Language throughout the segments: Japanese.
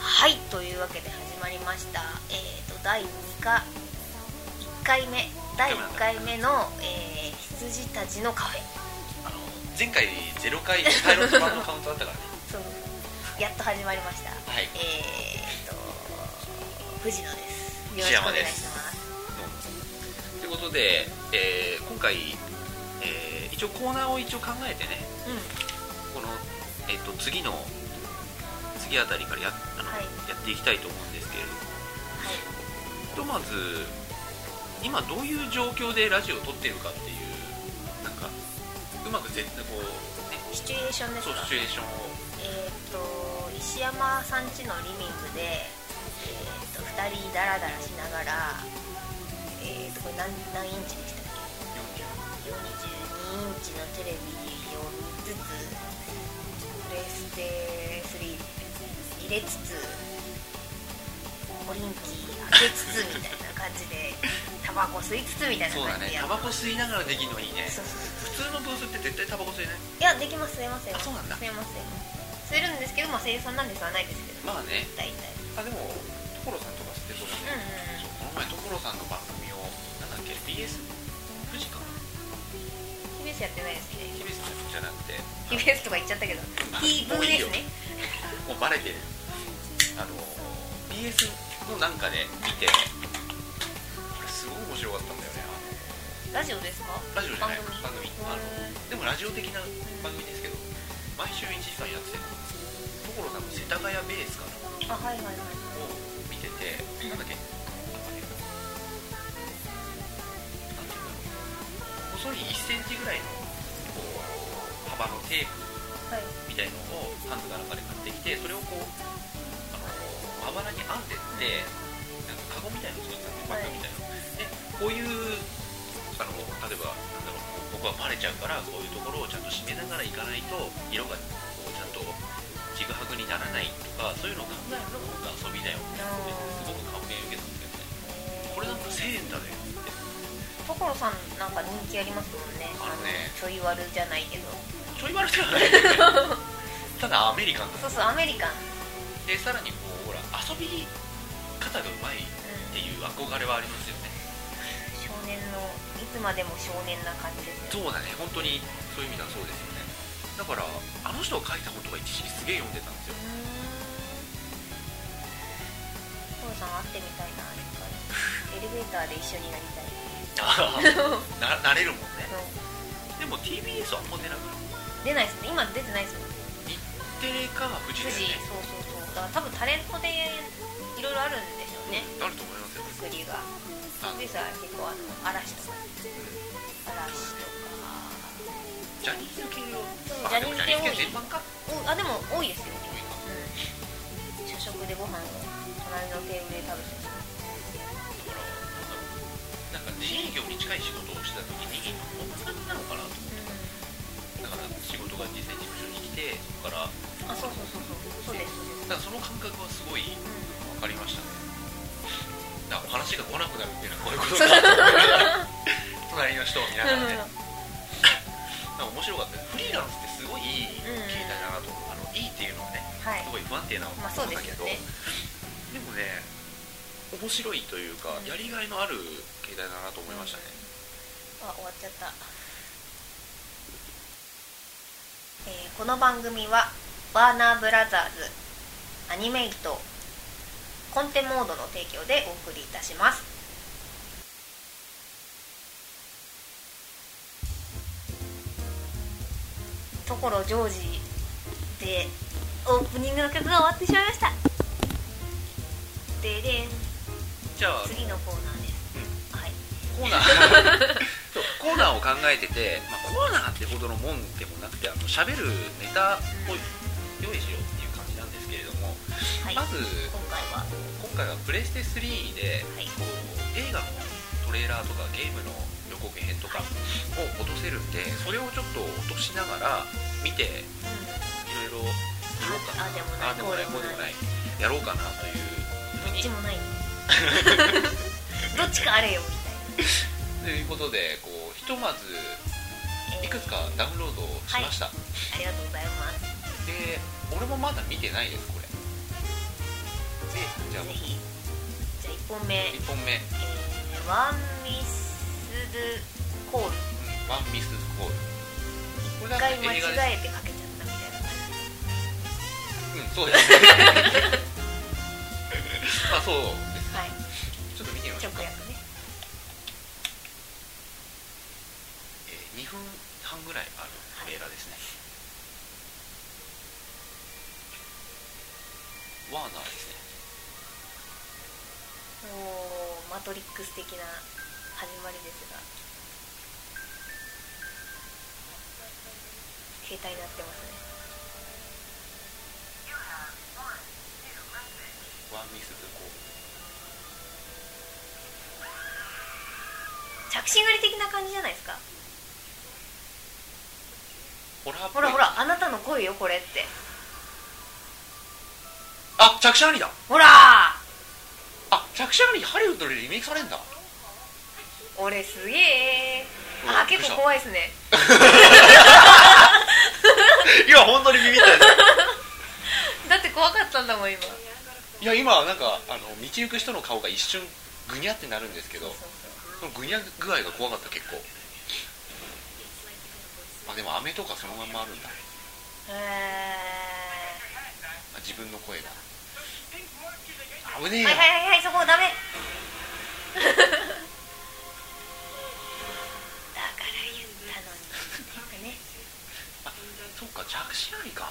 はいというわけで始まりましたえー、と第2回1回目第1回目の、えー羊たちのカフェあの前回ゼロ回パイロット版のカウントだったからねそうやっと始まりましたはいえー、と藤野ですよろしくお藤山願いしでますすということで、えー今回、えー一応コーナーを一応考えてねうんこの、えっと次の次あたりからやあの、はいやっていきたいと思うんですけれどもはいひとまず今どういう状況でラジオを撮ってるかっていうなんかうまく絶対こうねシチュエーションですそうかシチュエーションをえー、と石山さん家のリビングで、えー、と2人ダラダラしながらえー、とこれ何何インチでしたっけ42インチのテレビを見つつプレステ3入れつつオリンピ開けつつみたいな感じ でタバコ吸いつつみたいなそうだ感じねでやタるバコ吸いながらできるのいいねそうそうそう普通のブースって絶対タバコ吸えないいやできます吸えます吸えまあすそうなんだ吸えます吸えます吸えるんですけどまあ声優さんなんですはないですけどまあね大体あでも所さんとか吸ってそうだうんね、うんうんそうこの前所さんの番組をなんだっけ BS 富士かな TBS やってないですね TBS じゃなくて TBS とか言っちゃったけどもういいよ TVS ねもうバレてるあの BS のなんかで見てあれすごい面白かったんだよねラジオですかあのラジオじゃない番番組組あのでもラジオ的な番組ですけど毎週1時間やってて所さんの世田谷ベースかなあはいはいはいを見ててなんだっけなんていうんだろう細い1センチぐらいのこう幅のテープはいみたいのをハンズかなんかで買ってきてそれをこうあのまばらに編んでってなんかカゴみたいなの作ってたんでバッグみたいなの、でこういうあの例えばなんだろう僕はバレちゃうからこういうところをちゃんと締めながらいかないと色がこうちゃんとちぐはぐにならないとかそういうのを考えるのが僕の遊びだよってすごく感銘を受けたんだよねこれなんか1000円だねって所さんなんか人気ありますもんねあのねちょい悪じゃないけどちょい悪じゃないよねただアメリカンそうそうアだメリカンでさらにこうほら遊び方がうまいってうんいう憧れはありますよね少年のいつまでも少年な感じですそよねうだね本当にそういう意味ではそうですよねだからあの人が書いたことが一時期すげえ読んでたんですようーん所さん会ってみたいな一回エレベーターで一緒になりたいななれるもんねうんでも TBS はあんま出なくない出ないですね今出てないですもん日テレか富士富だ士よねそうそうそうだから多分タレントでいろいろあるんでしょうねあると思いますよ作りがあ富士は結構あの嵐とか嵐とジャニーズ系をそうあでもジジャャニニーーズ系ズ系全般かかおあでも多いですよ、うん、社食でご飯を隣のテーブルで食べてるだからなんだろうなんか自営業に近い仕事をしてた時にこんな感じなのかなと思ってだから仕事が実際事務所に来てそこからあそうそうそうそうそうですそうですだからその感覚はすごいうん分かりましたねだから話が来なくなるっていうのはこういうことそうだ 隣の人を見ながらねうんなんか面白かったですフリーランスってすごいいい携帯だなと思うあのいいっていうのはねはいすごい不安定なもまあそうのでだすけよど、ねでもね面白いというかうんやりがいのある携帯だなと思いましたねあ終わっちゃった、えーこの番組はワーナーブラザーズアニメイトコンテモードの提供でお送りいたしますところジョージでオープニングの曲が終わってしまいましたででんじゃあ次のコーナーです、はいコーナー そうコーナーを考えてて、まあ、コーナーってほどのもんでもなくてあの喋るネタを用意しようっていう感じなんですけれども、はいまず今回は今回はプレステ3で、はいこう映画のトレーラーとかゲームの予告編とかを落とせるんでそれをちょっと落としながら見ていろいろやろうかなあでもないあでもないここううででももな ないいやろうかなというふうどっにちもないどっちかあれよみたいということでこうひとまずな、えーいくつかダウンロードしました、ありがとうございますで俺もまだ見てないですこれでじゃあぜひじゃあ1本目、え1本目、うんーワンミスルコールワンミスコールこ一れだ回って間映画で違えてかけちゃったみたいな感じうんそうです ねまあそうですはいちょっと見てみましょ直うか訳、ねえー、2分半ぐらいある映画ですね、ワーナーですねもうマトリックス的な始まりですが携帯鳴ってますねワンミスコール着信狩り的な感じじゃないですかホラーっほぽいらほらあなたの声よこれってあ着信ありだほらあ着信ありハリウッドでリメイクされんだ俺すげえうあん結構怖いですね今本当にビビったよねだって怖かったんだもん今いや今なんかあの道行く人の顔が一瞬グニャってなるんですけどそうそうそのグニャ具合が怖かった結構あでも飴とかそのまんまあるんだへえあ自分の声が危ねえよはいはいはいはいそこダメだから言ったのになんかねそっか着信ありか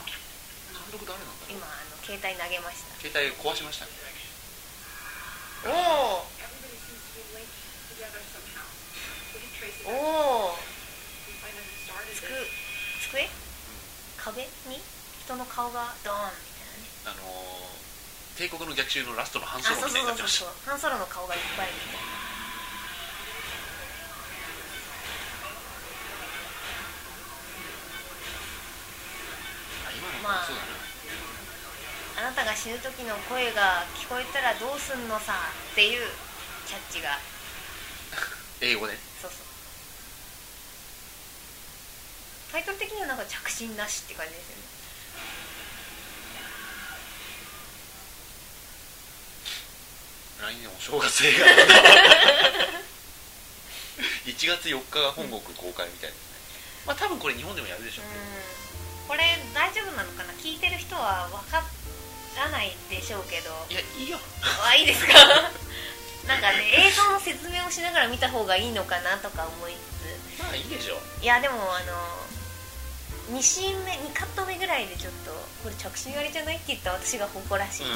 監督誰なんだろう今あの携帯投げました携帯壊しましたねおおおおつく机壁に人の顔がドーンみあのー帝国の逆襲のラストの半たいなねソロみたいになっちゃいましたうハンソロの顔がいっぱいみたいあ今のまあそうだななあなたが死ぬ時の声が聞こえたらどうすんのさっていうキャッチが英語でそうそうタイトル的にはなんか着信なしって感じですよね来年お正月 映画1月4日が本国公開みたいですねまあ多分これ日本でもやるでしょううんこれ大丈夫なのかな聞いてる人は分からないでしょうけ どいやいいよあいいですか なんかね映像の説明をしながら見た方がいいのかなとか思いつまあいいでしょうついやでもあの2シーン目2カット目ぐらいでちょっとこれ着信割りじゃないって言った私が誇らしい、い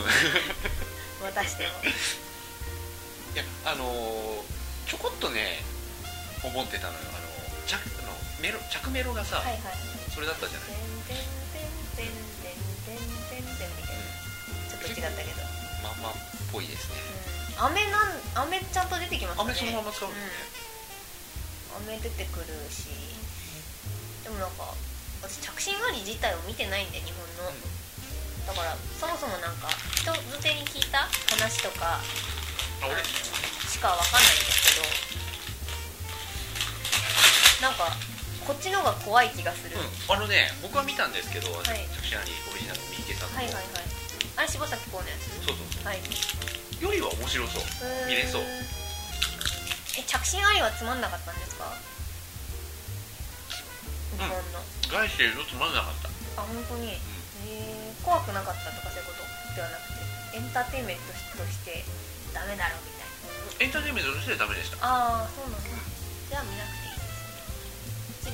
私でもやあのーちょこっとね思ってたのよあの着あのメロ着メロがさ、はいはいそれだったじゃ「なていんてんてんてんてんてんてんてん」みたいなちょっと違ったけど、まんまっぽいですねうん、飴なん飴ちゃんと出てきますね飴そのまま使うんですね、雨出てくるしでもなんか私着信あり自体を見てないんで日本の、だからそもそもなんか人づてに聞いた話とかあ俺しかわかんないんですけどなんかこっちの方が怖い気がする、うん、あのね僕は見たんですけど、い着信ありオリジナルの三池さんの、はいはいはいあれ柴咲コウのやつそうそうはいよりは面白そう見れそうへーえ着信ありはつまんなかったんですかん日本の、外してるのつまんなかったあ本当に、えー怖くなかったとかそういうことではなくてエンターテインメントとしてダメだろみたいなエンターテインメントとしてはダメでしたああそうなんだじゃあ見なく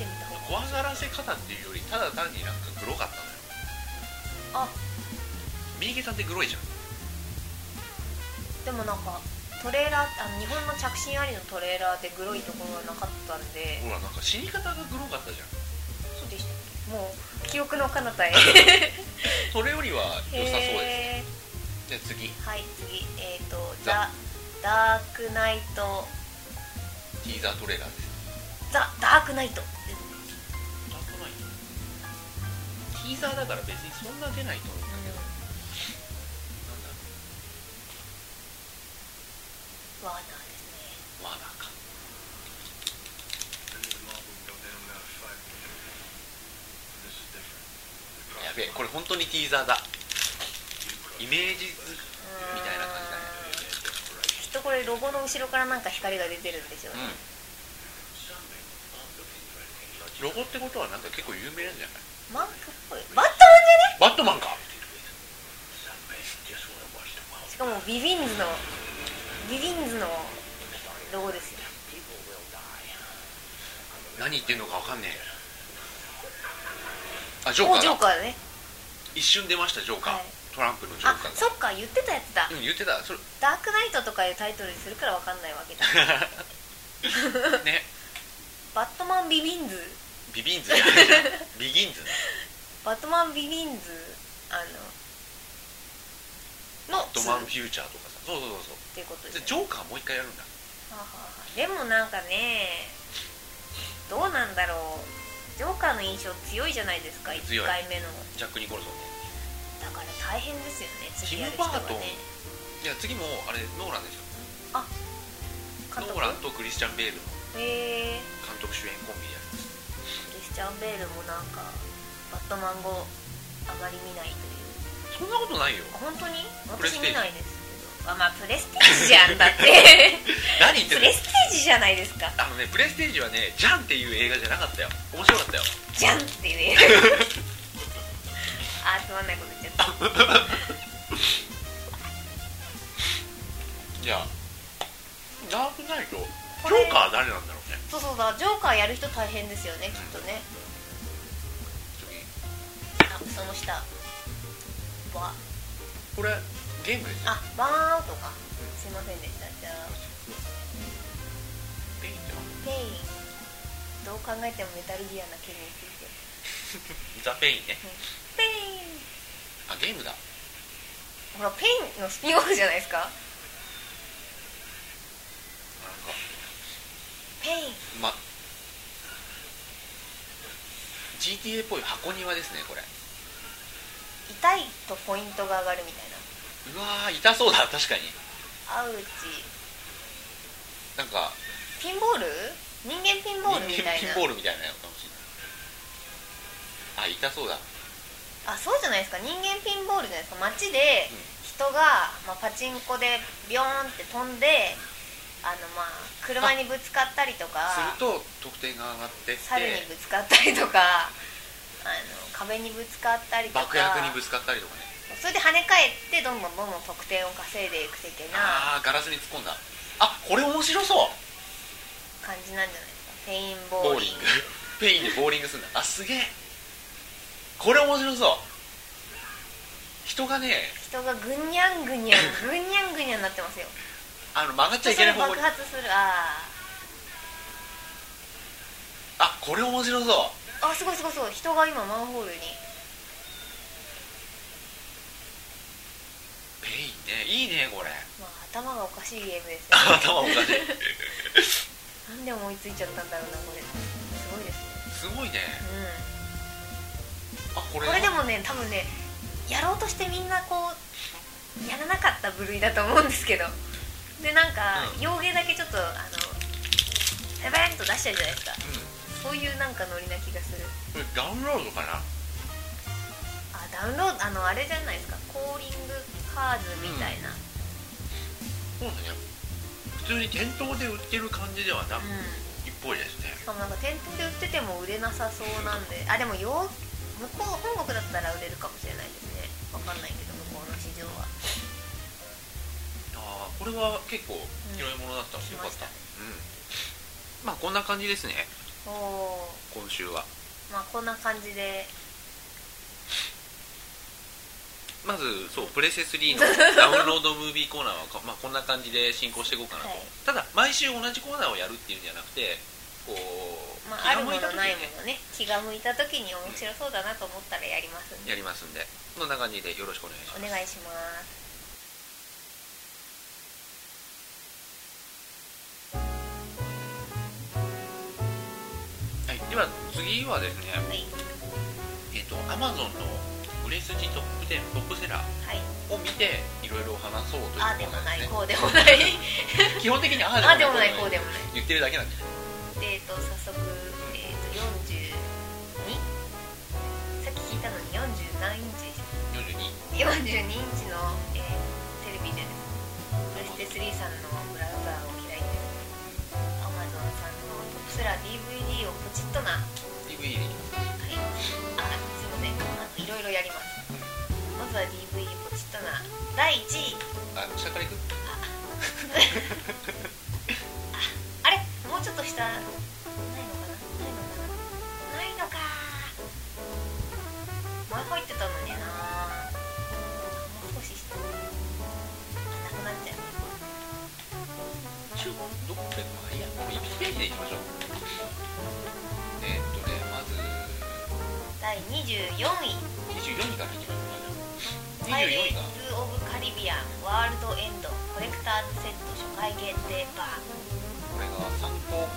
ていいですこっちで見た方が怖がらせ方っていうよりただ単になんかグロかったのあよ三池さんってグロいじゃんでもなんかトレーラーあの日本の着信ありのトレーラーでグロいところがなかったんで、ほらなんか死に方がグロかったじゃんそうでしたっけもう記憶の彼方 へそれよりは良さそうへですじゃあ次ーはい次えっ、ー、と「ザザ・ダークナイトティーザートレーラーです」 「ザ・ダークナイト」ダークナイトティーザーだから別にそんな出ないと思うなんだろワーナーですねうワーナーかやべえこれ本当にティーザーだイメージ図みたいとこれロゴの後ろからなんか光が出てるんですよね、ロゴってことはなんか結構有名なんじゃないマークっぽいバットマンじゃねバットマンかしかもビビンズのビビンズのロゴですよ何言ってんのかわかんねえあジョーカもうージョだーカーだね一瞬出ましたジョーカー、はいトランプのジョあーカーそっかが言ってたやつだ、うん言ってた それダークナイトとかいうタイトルにするからわかんないわけ だねバットマンビビンズビビンズ じゃないじゃんビギンズバットマンビビンズあののドマ2ンフっューチャーとかさそうそうそうそうていうことですでねジョーカーもう一回やるんだはあはあはあでもなんかねどうなんだろうジョーカーの印象強いじゃないですか強1い回目のジャック・ニコルソンねだから大変ですよね次やるテ人ィムがバートンねいや次もあれノーランですよ監ノ督ーランとクリスチャン・ベールのへえ監督主演コンビでやるクリスチャン・ベールもなんかバットマン後あまり見ないというそんなこと ないよあ本当にプレ私ステージ見ないですけどあまあプレステージじゃんだって 何言ってプるのレステージじゃないですかあのねプレステージはねジャンっていう映画じゃなかったよ面白かったよじゃんっていう ねあーつまんないこと言っちゃったいやダークナイトジョーカーは誰なんだろうねそうそうだジョーカーやる人大変ですよねきっとね次あその下バこれゲームですよあバーンアウトかすいませんでしたじゃあペインってなんだペインどう考えてもメタルギアな気についてザ・ペインねペイあゲームだンほらペインのスピンオフじゃないですかなんかペインま GTA っぽい箱庭ですねこれ痛いとポイントが上がるみたいうわー痛そうだ確かになアウチなんかピンボール人間ピンボールみ人たい間ピンなボールみたいなのかもしれないあ痛そうだあそうじゃないですか人間ピンボールじゃないですか街でうん人が、まあ、パチンコでビョーンって飛んであのまあ車にぶつかったりとすかると得点が上がってって猿にぶつかったりとかあの壁にぶつかったりとか爆薬にぶつかったりとかねそれで跳ね返ってどんどんどんどん得点を稼いでいく的なああーガラスに突っ込んだあこれ面白そう感じなんじゃないですかペインボーリングボーリング ペインでボーリングするんだあすげえこれ面白そう人がね人がぐにゃんぐにゃんぐにゃんぐにゃんになってますよあの曲がっちそゃいけなれい方向爆に発するああこれ面白そうーあすごいすごいすごい人が今マンホールにペインねいいねこれ まあ頭がおかしいゲームですね頭おかしいなんで思いついちゃったんだろうなこれすごいですねすごいねうあこんれこれでもね多分ねやろうとしてみんなこうやらなかった部類だと思うんですけどでなんかうん洋芸だけちょっとあのペペンと出しちゃうじゃないですかうんそういうなんかノリな気がするこれダウンロードかなあダウンロードあのあれじゃないですかコーリングカーズみたいなそうだね普通に店頭で売ってる感じではなうん、いっぽいですねしかもなんか店頭で売ってても売れなさそうなんであでもよ向こう本国だったら売れるかもしれないですねわかんないけど向こうの市場はああこれは結構広いものだったのうんでよかっ来たまうんしまあこんな感じですねおおー今週はまあこんな感じでまずそうプレセス3の ダウンロードムービーコーナーはこ,、まあ、こんな感じで進行していこうかなと、はいただ毎週同じコーナーをやるっていうんじゃなくてこう、まああ気るがも向のいた時にないねものね気が向いた時に面白そうだなと思ったらやりますんでやりますんでこんな感じでよろしくお願いしますお願いしますはい、では次はですね、はいえっと Amazon の売れ筋トップ10トップセラーはいを見ていろいろ話そうといあうでもコーナなーいですこうでもないね基本的に あああででももなないいこうこうででもない言ってるだけなんでえーと早速、えー、と42さっき聞いたのに40何インチでした42 42インチの、えーテレビでですねプレステで3さんのブラウザーを開いて Amazon さんのトップセラー DVD をポチッとな、はい、 DVD でいきますあすいませんあのいろいろやりますまずは DVD ポチッとな第1位あ下からいくあああれもうちょっと下ないのかなないのかなないのか前入ってたのになもう少し下あなくなっちゃう中国どこでまあいいやこれ1ページでいきましょうえー、っとねまず第24位24位からいきましょうパイレ24位ーがツ・オブ・カリビアンワールド・エンドコレクターズセット初回限定版これが参考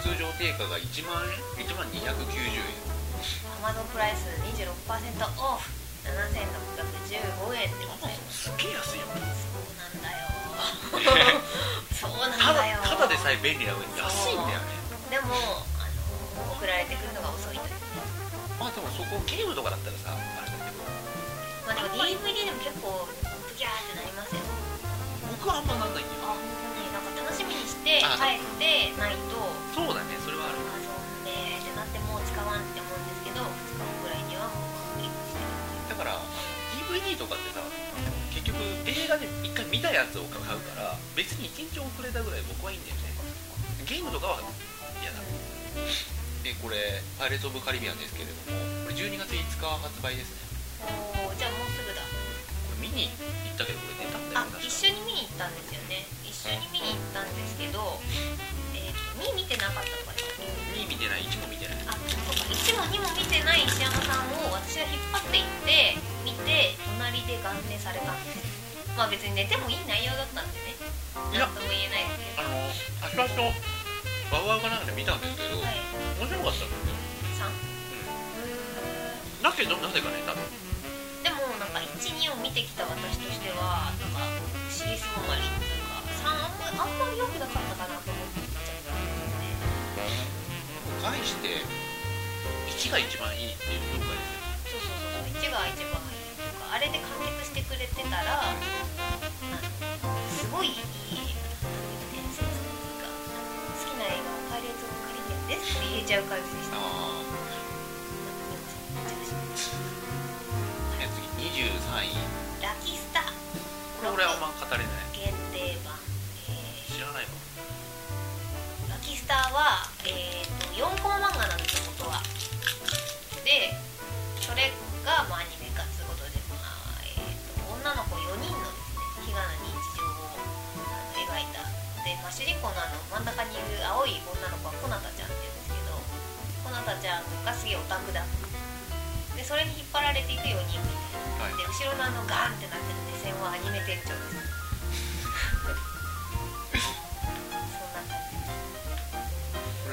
通常定価が1万1万290円アマゾンプライス26%オフ7615円ってことよすっげえ安いよそうなんだよそうなんただだよただでさえ便利な上に安いんだよねでもあの送られてくるのが遅いというねまあでもそこゲームとかだったらさあれだけどまあでも DVD でも結構ブギャーってなりますよ僕はあんまなんないんだよあ本当になんか楽しみにしてあ帰ってないとそうだねそれはある遊んでってなってもう使わんって思うんですけど2日後ぐらいにはもうゲームしてるだから DVD とかってさ結局映画で一回見たやつを買うから別に1日遅れたぐらい僕はいいんだよねゲームとかは嫌だでこれ「パイレーツ・オブ・カリビアン」ですけれどもこれ12月5日発売ですねおーじゃあもうすぐだこれ見に行ったけどこれ寝たんあだよね一確緒にか見に行ったんですよね一緒に見に行ったんですけど、えー、と2見てなかったとかでしたっけ2見てない1も見てないあそうか1も2も見てない石山さんを私が引っ張っていって見て隣で眼寝されたんですよまあ別に寝てもいい内容だったんでねいや何とも言えないですけあどの足足とワウワウかなんかで見たんですけど、はい面白かったんだよね3うんだけどなぜかね多分でもなんか12を見てきた私としてはなんか尻すぼまりというか3あんまあんまり良くなかったかなと思っちゃったんですね返して1が一番いいっていう評価ですよそうそうそうそう1が一番いいとかあれで完結してくれてたらあのすごいいい映画伝説というか好きな映画は「パイレーツ・オブ・カリビアン」ですって言えちゃう感じでしたなんかであもそうめっちゃ嬉しいあね次23位ラッキースターこれ俺はあんま語れない限定版、え知らないわーラッキースターは、えー、と4コマ漫画なんですよ元はでそれが、まあ、アニメ化ということで、まあえー、と女の子4人のですね悲願な日常をあの描いたで、まあ、主人公のあの真ん中にいる青い女の子はコナタちゃんっていうんですけどコナタちゃんがすげえオタクだでそれに引っ張られていく4人みたいなはいで後ろのあのガーンってなってる目線はアニメ店長です そんな感じ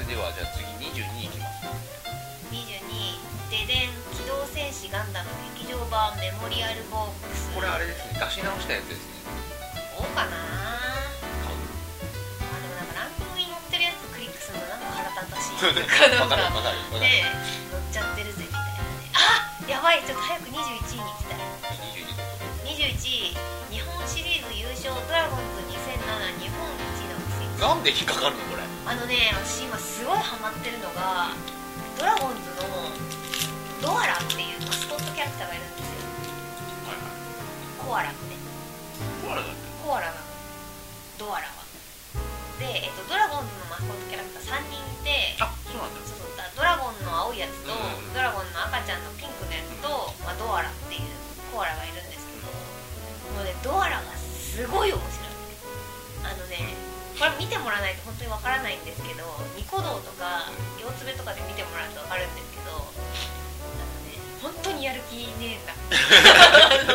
それではじゃあ次22位いきます22ででん機動戦士ガンダム劇場版メモリアルボックスこれあれですね出し直したやつですねどうかなあ買でもなんかランキングに載ってるやつクリックするのなんか腹立たしいうなんわかるかわかるわかる、ねえ乗っちゃってるぜみたいなねあやばいちょっと早く21位に行きたい22位21位日本シリーズ優勝ドラゴンズ2007日本一の奇跡なんで引っかかるのこれあのね私今すごいハマってるのがドラゴンズのドアラっていうマスコットキャラクターがいるんですよはいはコアラねいわらだってコアラなのドアラはで、えっと、ドラゴンズのマスコットキャラクター3人いてあそうなんだそうそうだドラゴンの青いやつと、うんドラゴンの赤ちゃんのピンクのやつと、まあ、ドアラっていうコアラがいるんですけどもうねドアラがすごい面白いあのねこれ見てもらわないと本当にわからないんですけどニコ動とか両つべとかで見てもらうとわかるんですけどあのね本当にやる気ねえ んだ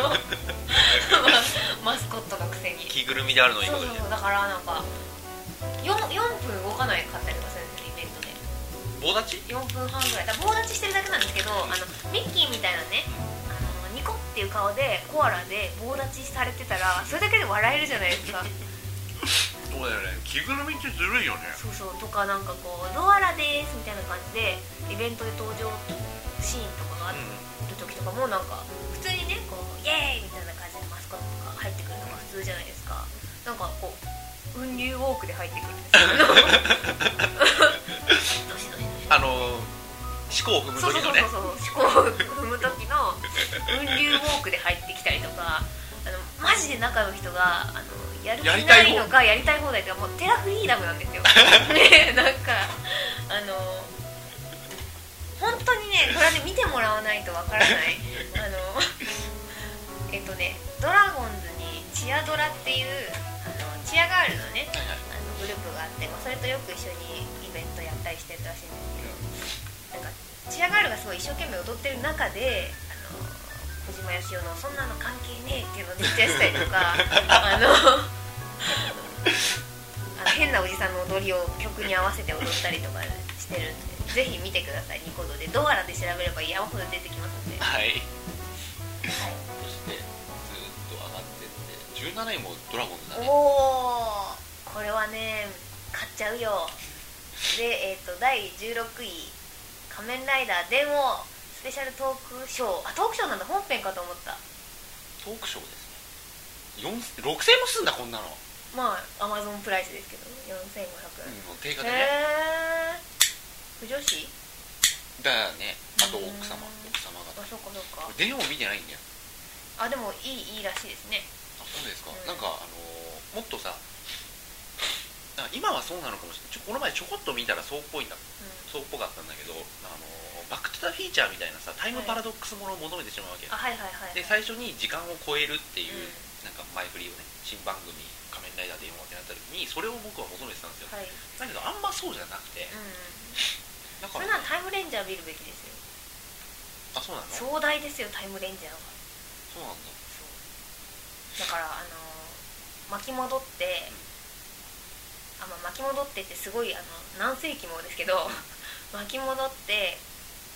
あのマスコットがくせに着ぐるみであるのにそこうそうとにそうだからなんか 4, 4分動かないかったりとかするんですよイベントで棒立ち4分半ぐらいだから棒立ちしてるだけなんですけどあのミッキーみたいなねあのニコっていう顔でコアラで棒立ちされてたらそれだけで笑えるじゃないですかそうだよね着ぐるみってずるいよね そうそうとかなんかこう「ドアラです」みたいな感じでイベントで登場シーンとかがあうるん時とかもなんか普通にねこう「イエーイ!」みたいな感じでマスコットが入ってくるのが普通じゃないですかなんかかこう雲流ウォークで入ってくるんです けどどしどしどしあの思考を踏むそうそう時そのうねそう思考を踏む時の雲流ウォークで入ってきたりとかあのマジで仲の人があのやる気やりなたいい方のかやりたい放題とかもうテラフリーダムなん ですよねなんかあの本当にねこれはね見てもらわないとわからないあのえっとねドラゴンズにチアドラっていうあのチアガールのねはいはいあのグループがあって、まあ、それとよく一緒にイベントやったりしてるらしいんですけどなんかチアガールがすごい一生懸命踊ってる中であの小島よしおの「そんなの関係ねえ」っていうのを実況したりとか あのあの変なおじさんの踊りを曲に合わせて踊ったりとかしてるんでぜひ見てくださいニコ動でドアラで調べれば山ほど出てきますんで、はい、はいそしてずーっと上がってって17位もドラゴンズだねおおこれはね買っちゃうよでえっ、と第16位「仮面ライダー電王」スペシャルトークショーあトークショーなんだ本編かと思ったトークショーですね4000 6000もすんだこんなの、まあアマゾンプライスですけど4500うん円、、定価へでねえ不女子だよねあと奥様うん奥様あ方そっかそっか俺電話を見てないんだよあでもいいいいらしいですねあそうですか、うんなんかあのーもっとさなんか今はそうなのかもしれないちょこの前ちょこっと見たらそうっぽいんうだんそうっぽかったんだけど、あのーバック・トゥ・ザ・フィーチャーみたいなさタイムパラドックスものを求めてしまうわけよ、あはいはいはい、はい、で最初に時間を超えるっていう、うんなんか前振りをね新番組「仮面ライダー電話」ってなった時にそれを僕は求めてたんですよ、はい、うん、だけどあんまそうじゃなくて、だかそられならタイムレンジャー見るべきですよあそうなのそ壮う大ですよタイムレンジャーはなんだだからあの巻き戻ってあ、まあ、巻き戻ってってすごいあの何世紀もですけど 巻き戻って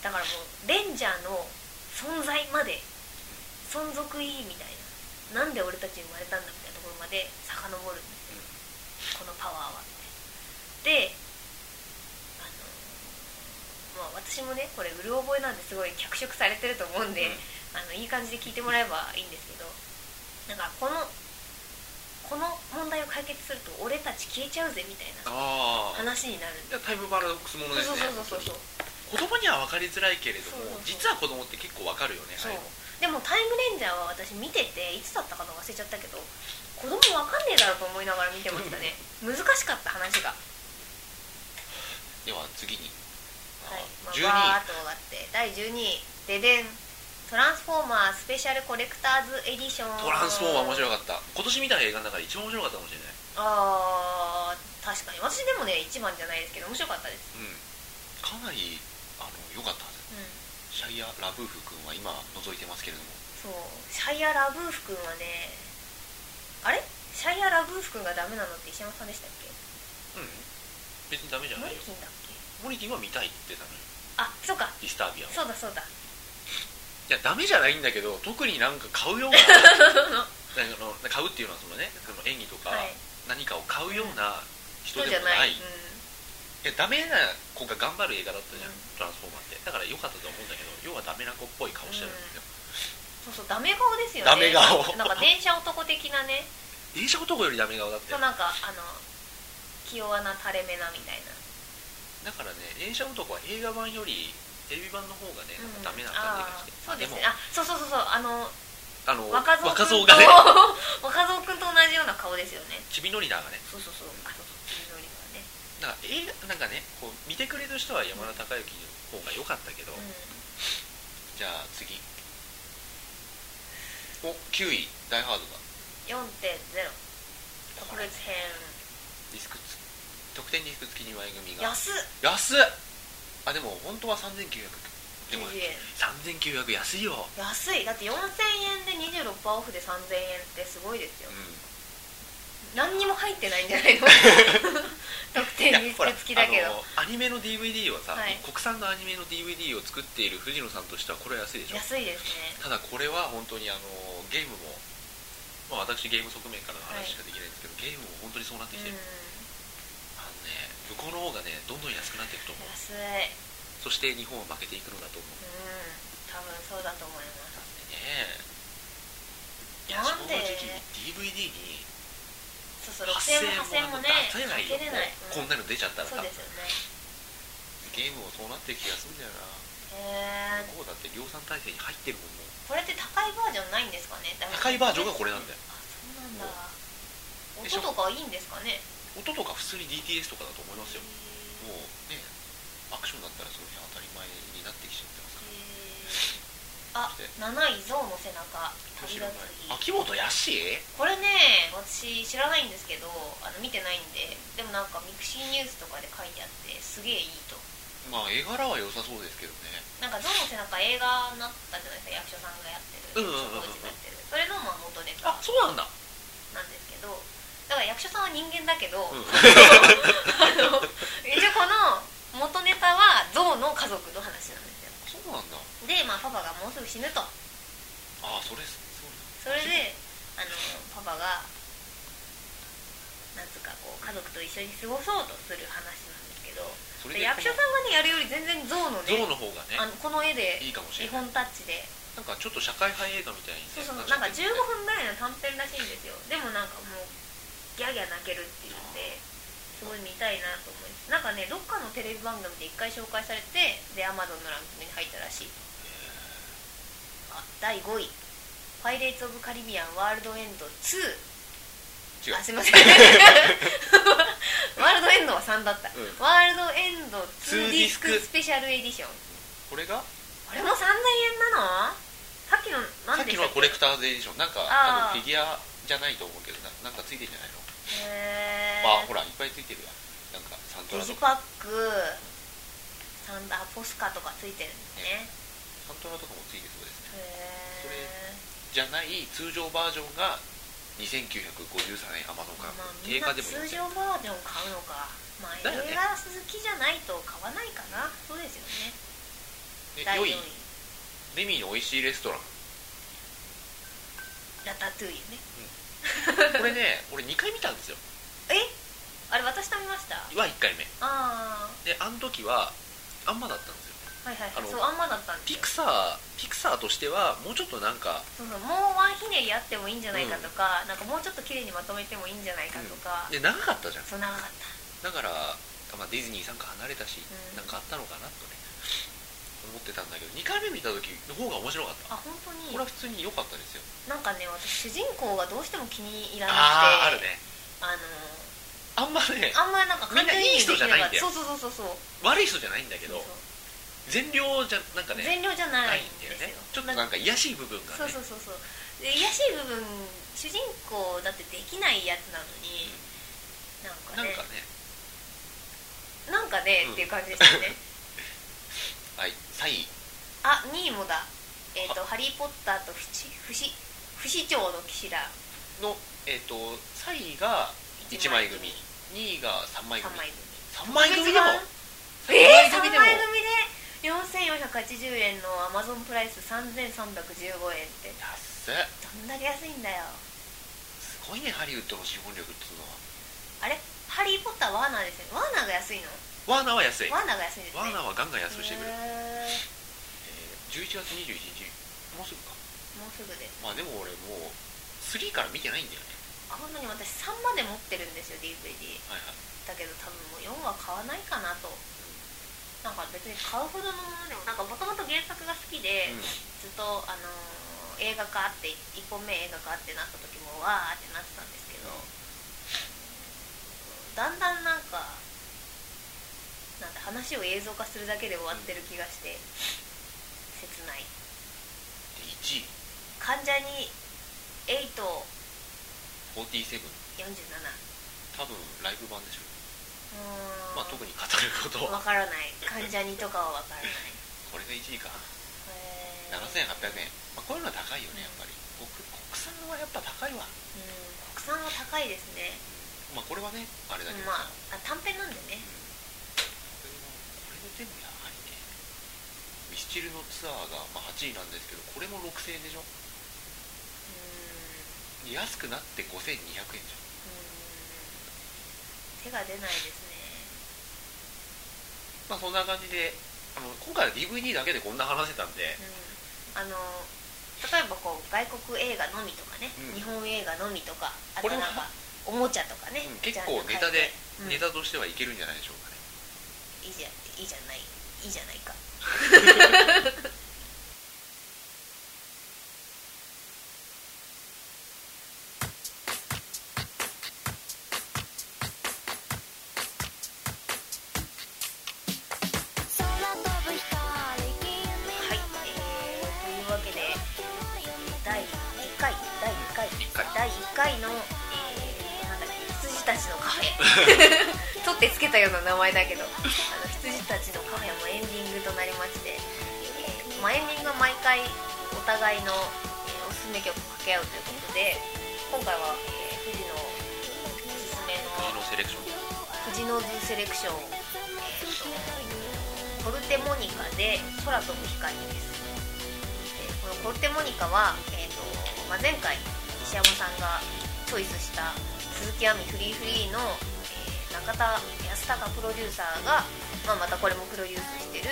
だからもうレンジャーの存在まで存続いいみたいななんで俺たち生まれたんだみたいなところまで遡るんですよこのパワーはってであの、まあ、私もねこれうる覚えなんですごい脚色されてると思うんで、うんあのいい感じで聞いてもらえばいいんですけどなんかこのこの問題を解決すると俺たち消えちゃうぜみたいなああ話になるんでじゃあタイムパラドックスものそうでそすうねそうそうそう子供には分かりづらいけれどもそうそうそう実は子供って結構分かるよねそうああいうのでも「タイムレンジャー」は私見てていつだったかな忘れちゃったけど子供わかんねえだろうと思いながら見てま したね難しかった話が、では次に、はいま12あ、わーっと上がって第12位「ででんトランスフォーマースペシャルコレクターズエディション」トランスフォーマー面い白かった今年見た映画の中で一番面白かったかもしれないあー確かに私でもね一番じゃないですけど面白かったですうんかなりあの良かったはずうんシャイア・ラブーフ君は今覗いてますけれどもそうシャイア・ラブーフ君はねあれシャイア・ラブーフ君がダメなのって石山さんでしたっけうん別にダメじゃモないリよキンだっけモリキンは見たいって言ってたのよあそうかディスタービアをそうだそうだいやダメじゃないんだけど特になんか買うよ うななん かあの買うっていうのはそのねその演技とかはい何かを買うようなそ人うじでゃもなないうい,、んいやダメな子が頑張る映画だったじゃん、うんトランスフォーマーってだから良かったと思うんだけど要はダメな子っぽい顔してるんですよ、そうそうダメ顔ですよねダメ顔なんか電車男的なね電車男よりダメ顔だってそうなんかあの気弱な垂れ目なみたいなだからね電車男は映画版よりテレビ版の方がね、なんかダメな感じがしてあーそうですねまああそうそうそうそうあのでもあの若造若君造とがね 若造君と同じような顔ですよねちびのりだがねそうそうそうあそうそう君のりはねなんか映画なんかねこう見てくれる人は山田孝之の方が良かったけど、うんじゃあ次お9位ダイハードだ4.0特別編ディスクつ特典ディスク付き2枚組が安っ安っあでも本当は3900でも90円3900安いよ安いだって4000円で26%オフで3000円ってすごいですよう、ん何にも入ってないんじゃないの 特典リスいやほクら付きだけあどのアニメの DVD はさ、はい国産のアニメの DVD を作っている藤野さんとしてはこれは安いでしょ安いですねただこれは本当にあのゲームも、まあ、私ゲーム側面からの話しかできないんですけど、ゲームも本当にそうなってうきんてる、あのね向こうの方がねどんどん安くなっていくと思う安いそして日本は負けていくのだと思ううん多分そうだと思いますねえいやな正んで直 DVD にそうそう6000円も8000円もね出せないよかけれないこんなの出ちゃったらそう多分ですよねゲームもそうなってる気がするんだよなへえこうだって量産体制に入ってるもんもうこれって高いバージョンないんですかねダメ高いバージョンがこれなんだよあそうなんだでしょ音とかいいんですかね音とか普通に DTS とかだと思いますよもうねアクションだったらその辺当たり前になってきちゃってますかあそして7位象の背中ら旅知立らつ日ない秋元康これね私知らないんですけどあの見てないんででもなんかミクシーニュースとかで書いてあってすげえいいとまあ絵柄は良さそうですけどねなんか象の背中映画になったじゃないですか役所さんがやってるうんうんうんうん植物がやってるそれのまあ元ネタあそうなんだなんですけどだから役所さんは人間だけど、 うんあの一応この元ネタは象の家族の話なんですよそうなんだでまあパパがもうすぐ死ぬとあそれそうそれであのパパがなんつうかこう家族と一緒に過ごそうとする話なんですけどそれで役所さんがねやるより全然象のゾウねの方があのねこの絵でいいかもし絵れな本いタッチでなんかちょっと社会派映画みたいにそうねそうなんっちかゃって15分ぐらいの短編らしいんですよでもなんかもうギャーギャー泣けるっていうんですごい見たいなと思いますなんかねどっかのテレビ番組で一回紹介されてでアマゾンのランキングに入ったらしいあ第5位「パイレーツ・オブ・カリビアン・ワールド・エンド2」違うあすいません ワールドエンドは3だった、うんワールドエンド2デ2ディィススククスペシャルエディションこれがこれも3000円なのさっきのさ何っできしのたはっコレクターズエディションなんかあー多分フィギュアじゃないと思うけどななんかついてんじゃないの、けへーあほらいっぱいついてるわなんかサントデラジとかパックサンダーポスカとかついてるんですねサントラとかもついてそうですねそへえじゃない通常バージョンが2953円アマゾンまかあみん定な価でも通4000常バージョン買うのかまあだよね映画好きじゃないと買わないかなそうですよねで第良4い位レミーの美味しいレス トランラタトゥイユねこれね俺2回見たんですよえあれ私食べましたは1回目ああであの時はあんまだったんですよはいはいあはいのそうあんまだったんですピよクサーピクサーとしてはもうちょっとなんかそうそうもうワンひねりあってもいいんじゃないかとか、なんかもうちょっと綺麗にまとめてもいいんじゃないかとか、で長かったじゃんそう長かっただから、まあ、ディズニーさんから離れたし、うんなんかあったのかなとね思ってたんだけど2回目見た時の方が面白かったあ本当にこれは普通に良かったですよなんかね私主人公がどうしても気に入らなくてあああーあるねあんまねのあんまりなんかみんないい人じゃないんだよそうそうそうそうそう悪い人じゃないんだけどそう善良じゃなんかね善良じゃなないいんんですだよねよちょっとなんか癒やしい部分がそうねそうそうそうで癒やしい部分主人公だってできないやつなのに、なんかなんねかねなんかね、うんっていう感じでしたよねはいサイあ2位もだえっ、と「ハリー・ポッターと不死不死不死鳥の騎士団のえっ、とサイが1枚組2位が3枚3組枚組3枚組でもえー、3三枚枚組組ででも4480円のアマゾンプライス3315円って安っどんだけ安いんだよすごいねハリウッドの資本力っつうのあれハリー・ポッターワーナーですよねワーナーが安いのはワーナーは安いワワーナーが安いんですねーナーーはガンガン安くしてくる、へーえー11月21日もうすぐかもうすぐでまあでも俺もう3から見てないんだよねあ本当に私3まで持ってるんですよ DVD はいはいだけど多分もう4は買わないかなとなんか別に買うほどのものでもなんかもともと原作が好きで、うんずっと、あのー映画化あって1本目映画化ってなった時もわーってなってたんですけどだんだんなんかなんだ話を映像化するだけで終わってる気がして切ないで1位患者に847 47多分ライブ版でしょうーんまあ特に語ることわはからない患者にとかはわからないこれが1位かへー7800円、まあ、こういうのは高いよねやっぱり国国産はやっぱ高いうんわ国産は高いですねまあこれはねあれだけどまあさ、あ短編なんでねこれはこれでもやはりねミスチルのツアーが、まあ、8位なんですけどこれも6000円でしょうん安くなって5200円じゃんうん手が出ないですねまあそんな感じであの今回は DVD だけでこんな話せたんでうんあの例えばこう外国映画のみとかね、うん日本映画のみとかあとこれなんかはおもちゃとかね、うんジ結ャ構ンルネタで変えてうんネタとしてはいけるんじゃないでしょうかね、いいじゃいいじゃないいいじゃないか空飛ぶ光はい、えー、というわけで第1回第1回一回第1回の、えー、なんだっけ羊たちのカフェ 取ってつけたような名前だけどあの羊たちのカフェもエンディングとなりまして、えーまあ、エンディングは毎回お互いの、えーおすすめ曲を掛け合うということで今回は、えー、藤のおすすめの国のセレクションフジノーズセレクション、えーとコルテモニカで空飛ぶ光です、えーこのコルテモニカは、えーとまあ、前回石山さんがチョイスした鈴木亜美フリーフリーの、えー中田康隆プロデューサーが、まあ、またこれもプロデュースしてる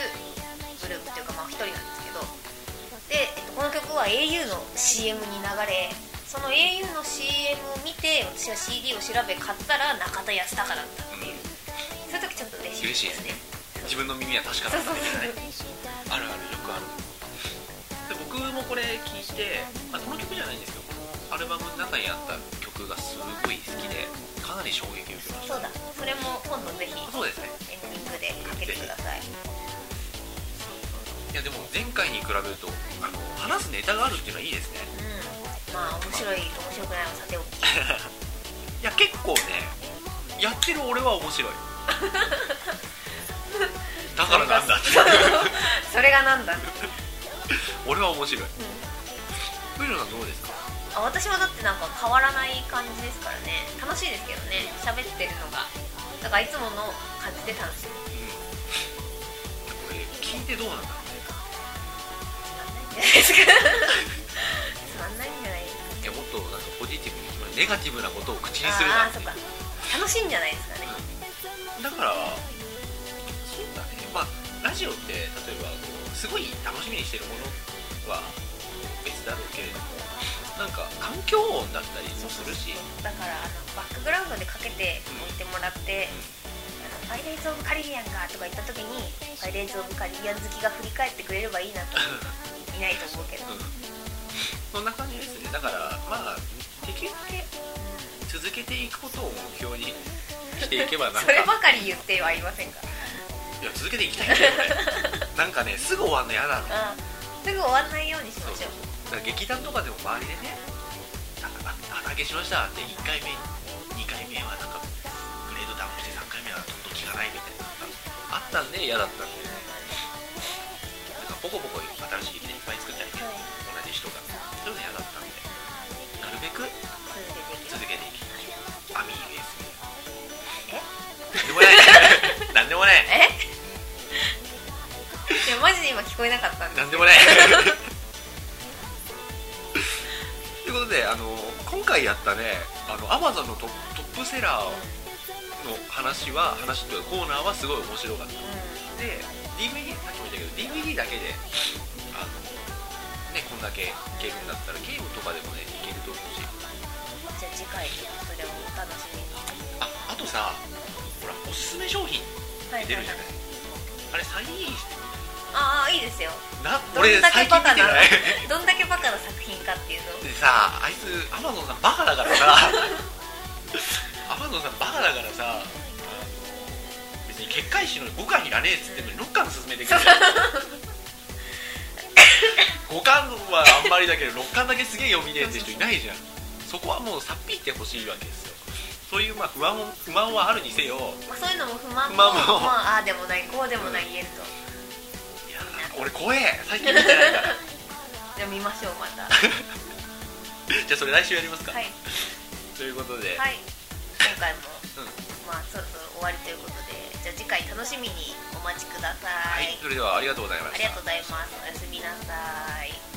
グループというかまあ一人なんですけどで、えっとこの曲は au の CM に流れその au の CM を見て私は CD を調べ買ったら中田康隆だったっていう、そういう時ちょっと嬉しいですね自分の耳は確かなんだみたいなねあるあるよくあるで僕もこれ聞いて、まあ、この曲じゃないんですけどこのアルバムの中にあった曲がすごい好きでかなり衝撃を受けましたそうだそれも今度ぜひエンそうですねディングでかけてくださいいやでも前回に比べるとあの話すネタがあるっていうのはいいですねうんまあ面白い面白くないはさておきいや結構ねやってる俺は面白いだからなんだって それがなんだ、俺は面白い藤野さんどうですかあ私はだってなんか変わらない感じですからね楽しいですけどね喋ってるのがだからいつもの感じで楽しいうんこれ聞いてどうなんだろうねつまんないんじゃないですいやもっとなんかポジティブに決まるネガティブなことを口かにするあなあんーそってか楽しいんじゃないですかねだからそうだねまあラジオって例えばこうすごい楽しみにしてるものは別だろうけれどもなんか環境音だったりもするしだからあのバックグラウンドでかけて置いてもらって「パイレーツ・オブ・カリビアンか」とか言った時にパイレーツ・オブ・カリビアン好きが振り返ってくれればいいなといないと思うけど、うん、そんな感じですねだからまあできるだけ続けていくことを目標にしていけばなんそかればかり言ってはいませんかいや続けていきたいんだよねなんかねすぐ終わんの嫌なのあーすぐ終わんないようにしましょうだから劇団とかでも周りでね「なんかあ畑しました」って1回目2回目はなんかグレードダウンして3回目はどんどん効かないみたいなのがあったんで嫌だったんでなんかポコポコ新しい劇団いっぱい作ったりねはい同じ人がそういうの嫌だったんでなるべく続けていきま続しょうけていきたいアミーですえなんでもないなんでもないえいやマジで今聞こえなかったんでなすけどんでもない ということであの今回やったねあの Amazon のトトップセラーの話は話というかコーナーはすごい面白かったうで DVD さっきも言ったけど DVD だけであのねこんだけいけるんだったらゲームとかでもねいけると思うしんじゃあ次回それをお楽しみにああとさほらおすすめ商品はい出るじゃない、あれサインインしてああいいですよなどん俺だけ最近バ見カてなないどんだけバカな作品かっていうのでさあいつアマゾンさんバカだからさアマゾンさんバカだからさあの別に結界誌の5巻いらねえっつってんのに6巻進 めてくれる5巻はあんまりだけど6巻だけすげえ読みねえって人いないじゃんそこはもうさっぴいてほしいわけですよそういうまあ不安も不満はあるにせよまあ、そういうのも不満も不満もまあ、ああでもないこうでもない言えると、いや俺怖え最近見てないから じゃあ見ましょうまたじゃあそれ来週やりますか、はい、ということで、はい、今回も、うんまあ、そろそろ終わりということでじゃあ次回楽しみにお待ちくださはいい、それではありがとうございあましりたがとうございますおやすみなさい